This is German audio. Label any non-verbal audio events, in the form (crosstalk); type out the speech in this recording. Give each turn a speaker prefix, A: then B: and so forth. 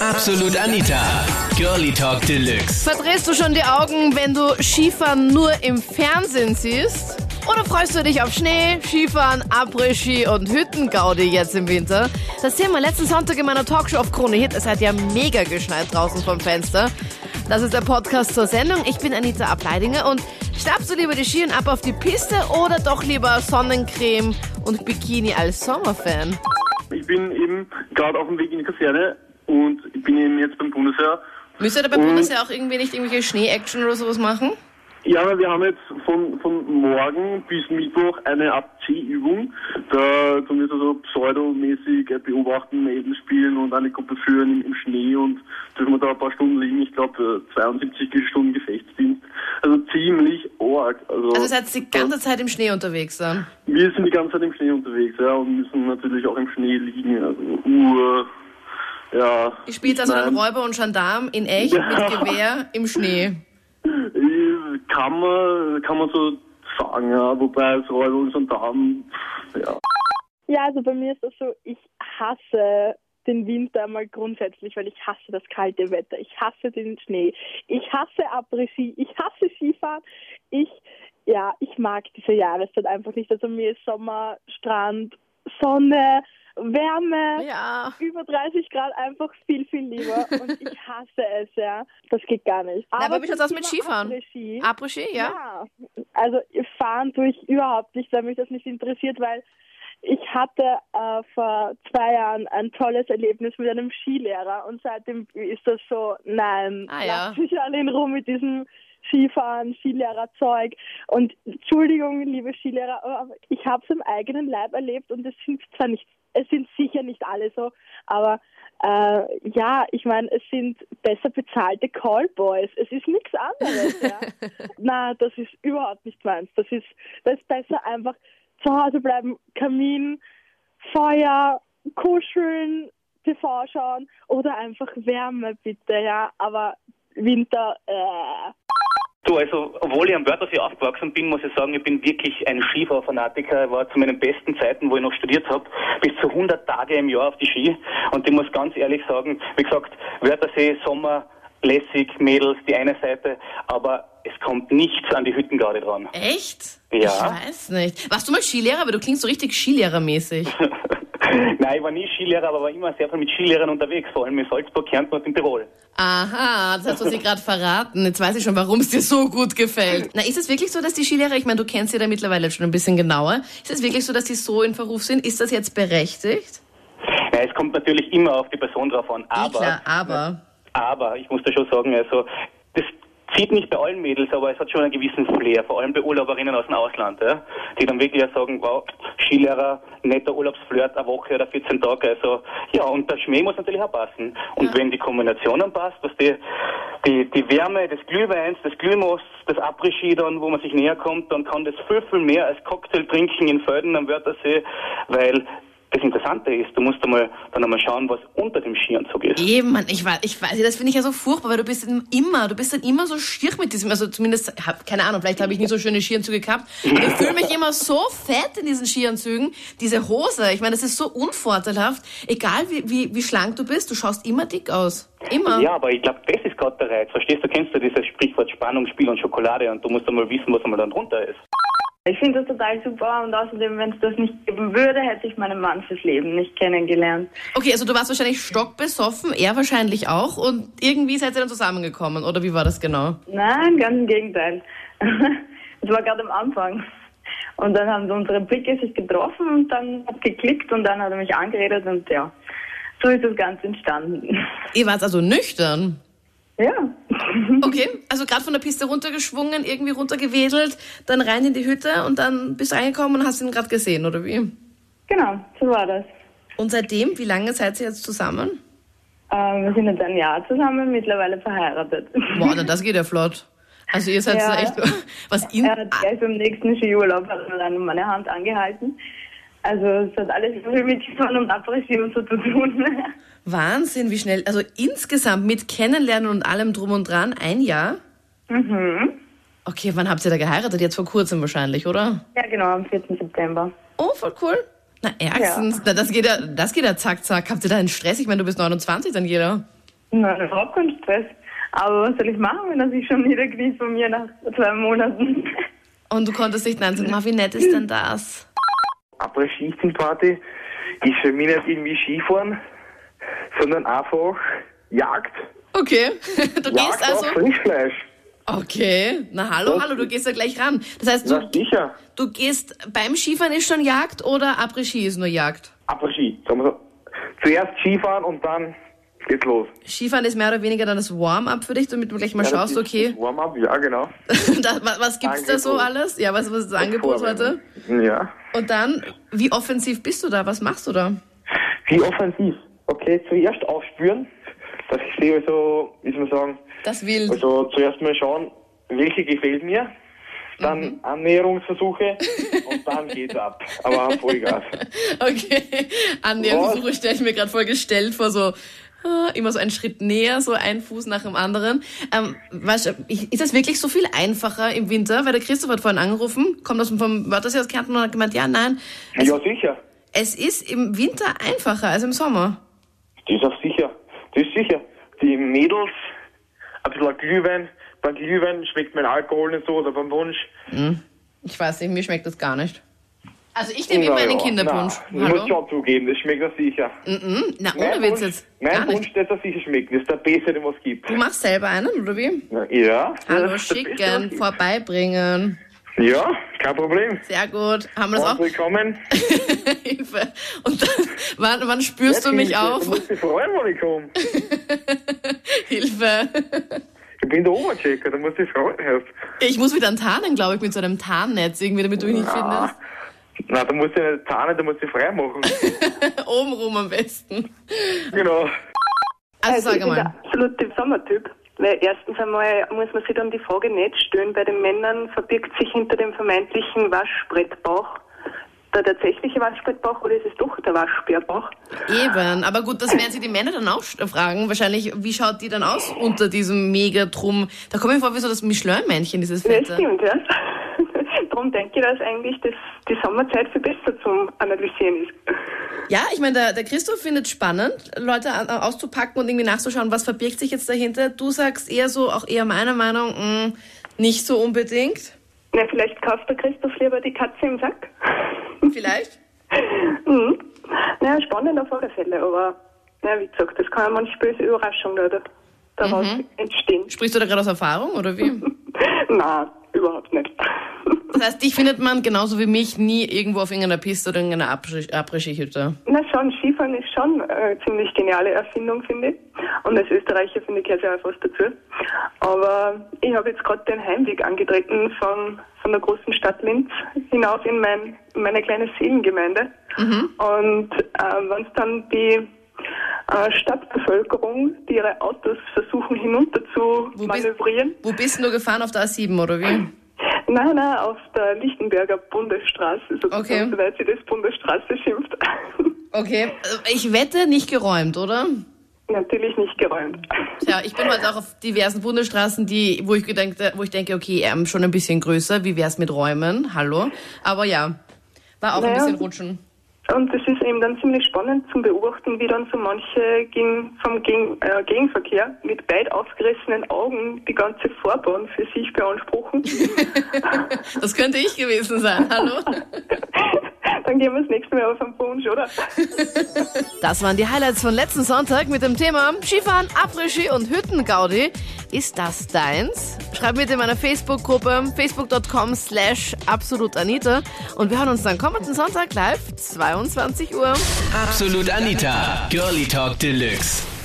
A: Absolut Anita. Girlie Talk Deluxe.
B: Verdrehst du schon die Augen, wenn du Skifahren nur im Fernsehen siehst? Oder freust du dich auf Schnee, Skifahren, Après-Ski und Hüttengaudi jetzt im Winter? Das Thema letzten Sonntag in meiner Talkshow auf Krone Hit. Es hat ja mega geschneit draußen vom Fenster. Das ist der Podcast zur Sendung. Ich bin Anita Ableidinger und schnappst du lieber die Skiern ab auf die Piste oder doch lieber Sonnencreme und Bikini als Sommerfan?
C: Ich bin eben gerade auf dem Weg in die Kaserne und ich bin eben jetzt beim Bundesheer.
B: Müsst ihr da beim Bundesheer auch irgendwie nicht irgendwelche Schnee-Action oder sowas machen?
C: Ja, aber wir haben jetzt von, von morgen bis Mittwoch eine Ab-C-Übung. Da tun wir so- so pseudomäßig äh, beobachten, Maiden spielen und eine Gruppe führen im, im Schnee und dürfen wir da ein paar Stunden liegen. Ich glaube, 72 Stunden Gefechtsdienst. Also ziemlich arg. Also,
B: Also seid ihr die ganze Zeit im Schnee unterwegs dann?
C: wir sind die ganze Zeit im Schnee unterwegs ja, und müssen natürlich auch im Schnee liegen. Also Uhr, ja.
B: Ihr spielt also dann
C: Nein.
B: Räuber und Gendarm in echt mit Gewehr im Schnee.
C: Äh, Kann man, kann man so sagen, ja, wobei es Räuber und Gendarmen, pff, ja.
D: Ja, also bei mir ist das so, ich hasse den Winter mal grundsätzlich, weil ich hasse das kalte Wetter, ich hasse den Schnee, ich hasse Après-Ski, ich hasse Skifahren, ich, ja, ich mag diese Jahreszeit einfach nicht. Also mir ist Sommer, Strand, Sonne, Wärme,
B: Ja.
D: über 30 Grad einfach viel, viel lieber und ich hasse es, ja. Das geht gar nicht.
B: Na, aber wie schaut's
D: zum
B: aus mit
D: Thema
B: Skifahren?
D: Après-Ski-
B: Apres-Ski, ja?
D: ja. Also fahren tue ich überhaupt nicht, weil mich das nicht interessiert, weil ich hatte äh, vor zwei Jahren ein tolles Erlebnis mit einem Skilehrer und seitdem ist das so, nein,
B: Ah, ja.
D: lasst mich alle in Ruhe mit diesem Skifahren, Skilehrerzeug. Und Entschuldigung, liebe Skilehrer, aber ich habe es im eigenen Leib erlebt und es sind zwar nicht, es sind sicher nicht alle so, aber äh, ja, ich meine, es sind besser bezahlte Callboys. Es ist nichts anderes. Ja.
B: (laughs)
D: Na, das ist überhaupt nicht meins. Das ist, das ist besser einfach zu Hause bleiben, Kamin, Feuer, kuscheln, TV schauen oder einfach Wärme bitte, ja. Aber Winter, äh.
E: Du, also, obwohl ich am Wörthersee aufgewachsen bin, muss ich sagen, ich bin wirklich ein Skifahrfanatiker. Ich war zu meinen besten Zeiten, wo ich noch studiert habe, bis zu 100 Tage im Jahr auf die Ski. Und ich muss ganz ehrlich sagen, wie gesagt, Wörthersee, Sommer, lässig, Mädels, die eine Seite, aber es kommt nichts an die Hüttengarde dran. (laughs)
B: Echt?
E: Ja.
B: Ich weiß nicht. Warst du mal Skilehrer? Aber du klingst so richtig Skilehrermäßig.
E: Nein, ich war nie Skilehrer, aber war immer sehr viel mit Skilehrern unterwegs, vor allem in Salzburg, Kärnten und in Tirol.
B: Aha, das hast du sie gerade verraten. Jetzt weiß ich schon, warum es dir so gut gefällt. Na, ist es wirklich so, dass die Skilehrer, ich meine, du kennst sie da mittlerweile schon ein bisschen genauer, ist es wirklich so, dass die so in Verruf sind? Ist das jetzt berechtigt?
E: Nein, es kommt natürlich immer auf die Person drauf an,
B: Eh
E: aber...
B: klar, aber.
E: Aber ich muss da schon sagen, also das zieht nicht bei allen Mädels, aber es hat schon einen gewissen Flair, vor allem bei Urlauberinnen aus dem Ausland, ja, die dann wirklich auch sagen, wow, Skilehrer, netter Urlaubsflirt, eine Woche oder 14 Tage, also ja, und der Schmäh muss natürlich auch passen. Und wenn die Kombination dann passt, was die, die, die Wärme des Glühweins, des Glühmosts, des Après-Ski dann, wo man sich näher kommt, dann kann das viel, viel mehr als Cocktail trinken in Felden am Wörthersee, weil das Interessante ist, du musst einmal, dann einmal schauen, was unter dem Skianzug ist.
B: Eben, Mann, ich weiß, ich weiß, das finde ich ja so furchtbar, weil du bist im- immer, du bist dann immer so schier mit diesem, also zumindest, hab, keine Ahnung, vielleicht habe ich nie so schöne Skianzüge gehabt, aber ich fühle mich immer so fett in diesen Skianzügen, diese Hose, ich meine, das ist so unvorteilhaft, egal wie, wie, wie schlank du bist, du schaust immer dick aus, immer.
E: Ja, aber ich glaube, das ist gerade der Reiz. Verstehst du, kennst du dieses Sprichwort Spannungsspiel und Schokolade und du musst einmal wissen, was einmal dann drunter ist.
F: Ich finde das total super und außerdem, wenn es das nicht geben würde, hätte ich meinen Mann fürs Leben nicht kennengelernt.
B: Okay, also du warst wahrscheinlich stockbesoffen, er wahrscheinlich auch und irgendwie seid ihr dann zusammengekommen, oder wie war das genau?
F: Nein, ganz im Gegenteil. (laughs) Es war gerade am Anfang. Und dann haben unsere Blicke sich getroffen und dann hat geklickt und dann hat er mich angeredet und ja, so ist das Ganze entstanden. (laughs)
B: Ihr wart also nüchtern?
F: Ja. (laughs)
B: Okay, also gerade von der Piste runtergeschwungen, irgendwie runtergewedelt, dann rein in die Hütte und dann bist du reingekommen und hast ihn gerade gesehen, oder wie?
F: Genau, so war das.
B: Und seitdem, wie lange seid ihr jetzt zusammen?
F: Ähm, wir sind jetzt ein Jahr zusammen, mittlerweile verheiratet.
B: Boah, na, das geht ja flott. Also ihr seid so
F: Ja.
B: echt, (laughs) was in,
F: (laughs) Er hat gleich beim nächsten Skiurlaub hat er dann meine Hand angehalten. Also es hat alles (laughs) viel mit Skifahren und Abrission zu tun. (laughs)
B: Wahnsinn, wie schnell, also insgesamt mit Kennenlernen und allem drum und dran, ein Jahr? Mhm.
F: Mhm.
B: Okay, wann habt ihr da geheiratet? Jetzt vor kurzem wahrscheinlich, oder?
F: ja genau, am 4. September.
B: Oh, voll cool. Na, ärgstens, na, das geht ja, das geht ja zack, zack. Habt ihr da einen Stress? Ich meine, du bist 29, dann jeder.
F: Nein, Also überhaupt keinen Stress. Aber was soll ich machen, wenn er sich schon niederkniet bei mir nach zwei Monaten?
B: Und du konntest nicht nein sagen. Na, wie nett ist denn das?
G: après ski party ist für mich nicht irgendwie Skifahren, sondern einfach Jagd.
B: Okay, (laughs) du gehst
G: Jagd
B: also.
G: auf Frischfleisch.
B: Okay, na hallo,
G: Das-
B: hallo, du gehst ja gleich ran. Das heißt,
G: Na
B: du,
G: sicher.
B: du gehst beim Skifahren ist schon Jagd oder Après-Ski ist nur Jagd?
G: Après Ski. Sagen wir so. Zuerst Skifahren und dann geht's los.
B: Skifahren ist mehr oder weniger dann das Warm-up für dich, damit du gleich mal
G: Ja,
B: schaust,
G: das ist
B: okay,
G: Warm-up, ja genau.
B: (laughs) da, wa- was gibt's da so
G: Angebot.
B: alles? Ja, was, was ist das Angebot heute?
G: Vorwärmen. Ja.
B: Und dann, wie offensiv bist du da? Was machst du da?
G: Wie offensiv? Okay, zuerst aufspüren, dass ich sehe, also, wie soll man sagen,
B: Das Wild.
G: also zuerst mal schauen, welche gefällt mir, dann
B: Mhm.
G: Annäherungsversuche
B: (laughs)
G: und dann geht's ab. Aber Vollgas.
B: Okay, Annäherungsversuche stelle ich mir gerade voll gestellt vor, so ah, immer so einen Schritt näher, so ein Fuß nach dem anderen. Ähm, was, ist das wirklich so viel einfacher im Winter? Weil der Christoph hat vorhin angerufen, kommt aus dem vom Wörthersee aus Kärnten und hat gemeint, ja, nein, es,
G: Ja, sicher.
B: es ist im Winter einfacher als im Sommer.
G: Das ist auch sicher. Das ist sicher. Die Mädels, ein bisschen Glühwein. Beim Glühwein schmeckt mein Alkohol nicht so oder beim Wunsch.
B: Ich weiß nicht, mir schmeckt das gar nicht. Also ich nehme
G: Na
B: immer einen
G: ja,
B: Kinderpunsch.
G: Na, ich muss
B: Hallo? Hm?
G: schon zugeben, das schmeckt auch sicher.
B: Na, ohne
G: mein
B: Witz
G: Wunsch,
B: jetzt. Gar
G: mein
B: nicht.
G: Wunsch, dass er sicher schmeckt. Das ist der beste, den es gibt.
B: Du machst selber einen, oder wie?
G: Na, Ja. (laughs)
B: Hallo,
G: das ist der Beste, was
B: schicken,
G: es
B: vorbeibringen.
G: gibt. Ja, kein Problem.
B: Sehr gut. Haben wir das
G: Und
B: auch?
G: willkommen.
B: (laughs) Hilfe. Und dann, wann, wann spürst du mich
G: Hilfe,
B: auf? (laughs)
G: Du musst dich freuen, wenn ich komme.
B: Hilfe.
G: Ich bin der Oberchecker, du musst dich freuen. Erst.
B: Ich muss wieder tarnen, glaube ich, mit so einem Tarnnetz irgendwie, damit du mich nicht
G: Ah. Na, du musst dich nicht tarnen, du musst dich frei machen.
B: findest. (laughs) Oben rum am besten.
G: (laughs) genau.
B: Also sag
F: ich bin der
B: mal.
F: absolute Sommertyp. Weil erstens einmal muss man sich dann die Frage nicht stellen, bei den Männern verbirgt sich hinter dem vermeintlichen Waschbrettbauch der tatsächliche Waschbrettbauch oder ist es doch der Waschbärbauch?
B: Eben. Aber gut, das werden sich die Männer dann auch st- fragen. Wahrscheinlich, wie schaut die dann aus unter diesem Megatrum? Da komme ich vor wie so das Michelin-Männchen, dieses
F: Ja,
B: Fette.
F: stimmt, ja. (laughs) Darum denke ich, dass eigentlich das, die Sommerzeit viel besser zum Analysieren ist.
B: Ja, ich meine, der, der Christoph findet spannend, Leute an- auszupacken und irgendwie nachzuschauen, was verbirgt sich jetzt dahinter. Du sagst eher so, auch eher meiner Meinung, mh, nicht so unbedingt.
F: Na, vielleicht kauft der Christoph lieber die Katze im Sack.
B: Vielleicht.
F: mhm. Naja, spannende Vorfälle, aber na, wie gesagt, das kann ja manche böse Überraschung da, da- daraus entstehen. (laughs)
B: Sprichst du da gerade aus Erfahrung oder wie?
F: Na, überhaupt nicht. (laughs)
B: Das heißt, dich findet man genauso wie mich nie irgendwo auf irgendeiner Piste oder irgendeiner Abrischi- Abrischi-Hütte.
F: Na schon, Skifahren ist schon äh, ziemlich geniale Erfindung, finde ich. Und als Österreicher finde ich gehört ja auch was dazu. Aber ich habe jetzt gerade den Heimweg angetreten von, von der großen Stadt Linz hinauf in mein, in meine kleine Seelengemeinde.
B: Mhm.
F: Und äh, wenn es dann die äh, Stadtbevölkerung, die ihre Autos versuchen hinunter zu
B: Wo bist-
F: manövrieren,
B: Wo bist denn du gefahren? Auf der A7 oder wie?
F: Nein, nein, auf der Lichtenberger Bundesstraße, sozusagen,
B: Okay.
F: soweit sie das Bundesstraße schimpft. (laughs)
B: Okay. Äh, Ich wette, nicht geräumt, oder?
F: Natürlich nicht geräumt.
B: Tja, ich bin heute auch auf diversen Bundesstraßen, die, wo ich gedenke, wo ich denke, okay, ähm, schon ein bisschen größer. Wie wär's mit Räumen? Hallo. Aber ja, war auch ein
F: Naja.
B: bisschen rutschen.
F: Und es ist eben dann ziemlich spannend zum Beobachten, wie dann so manche gegen, vom gegen, äh, Gegenverkehr mit weit aufgerissenen Augen die ganze Vorbahn für sich beanspruchen. (laughs)
B: Das könnte ich gewesen sein. Hallo.
F: dann gehen wir das nächste Mal auf einen Wunsch, oder?
B: Das waren die Highlights von letzten Sonntag mit dem Thema Skifahren, Après-Ski und Hüttengaudi. Ist das deins? Schreib mit in meiner Facebook-Gruppe facebook.com slash absolutanita und wir hören uns dann kommenden Sonntag live, 22 Uhr.
A: Absolut Anita, Girlie Talk Deluxe.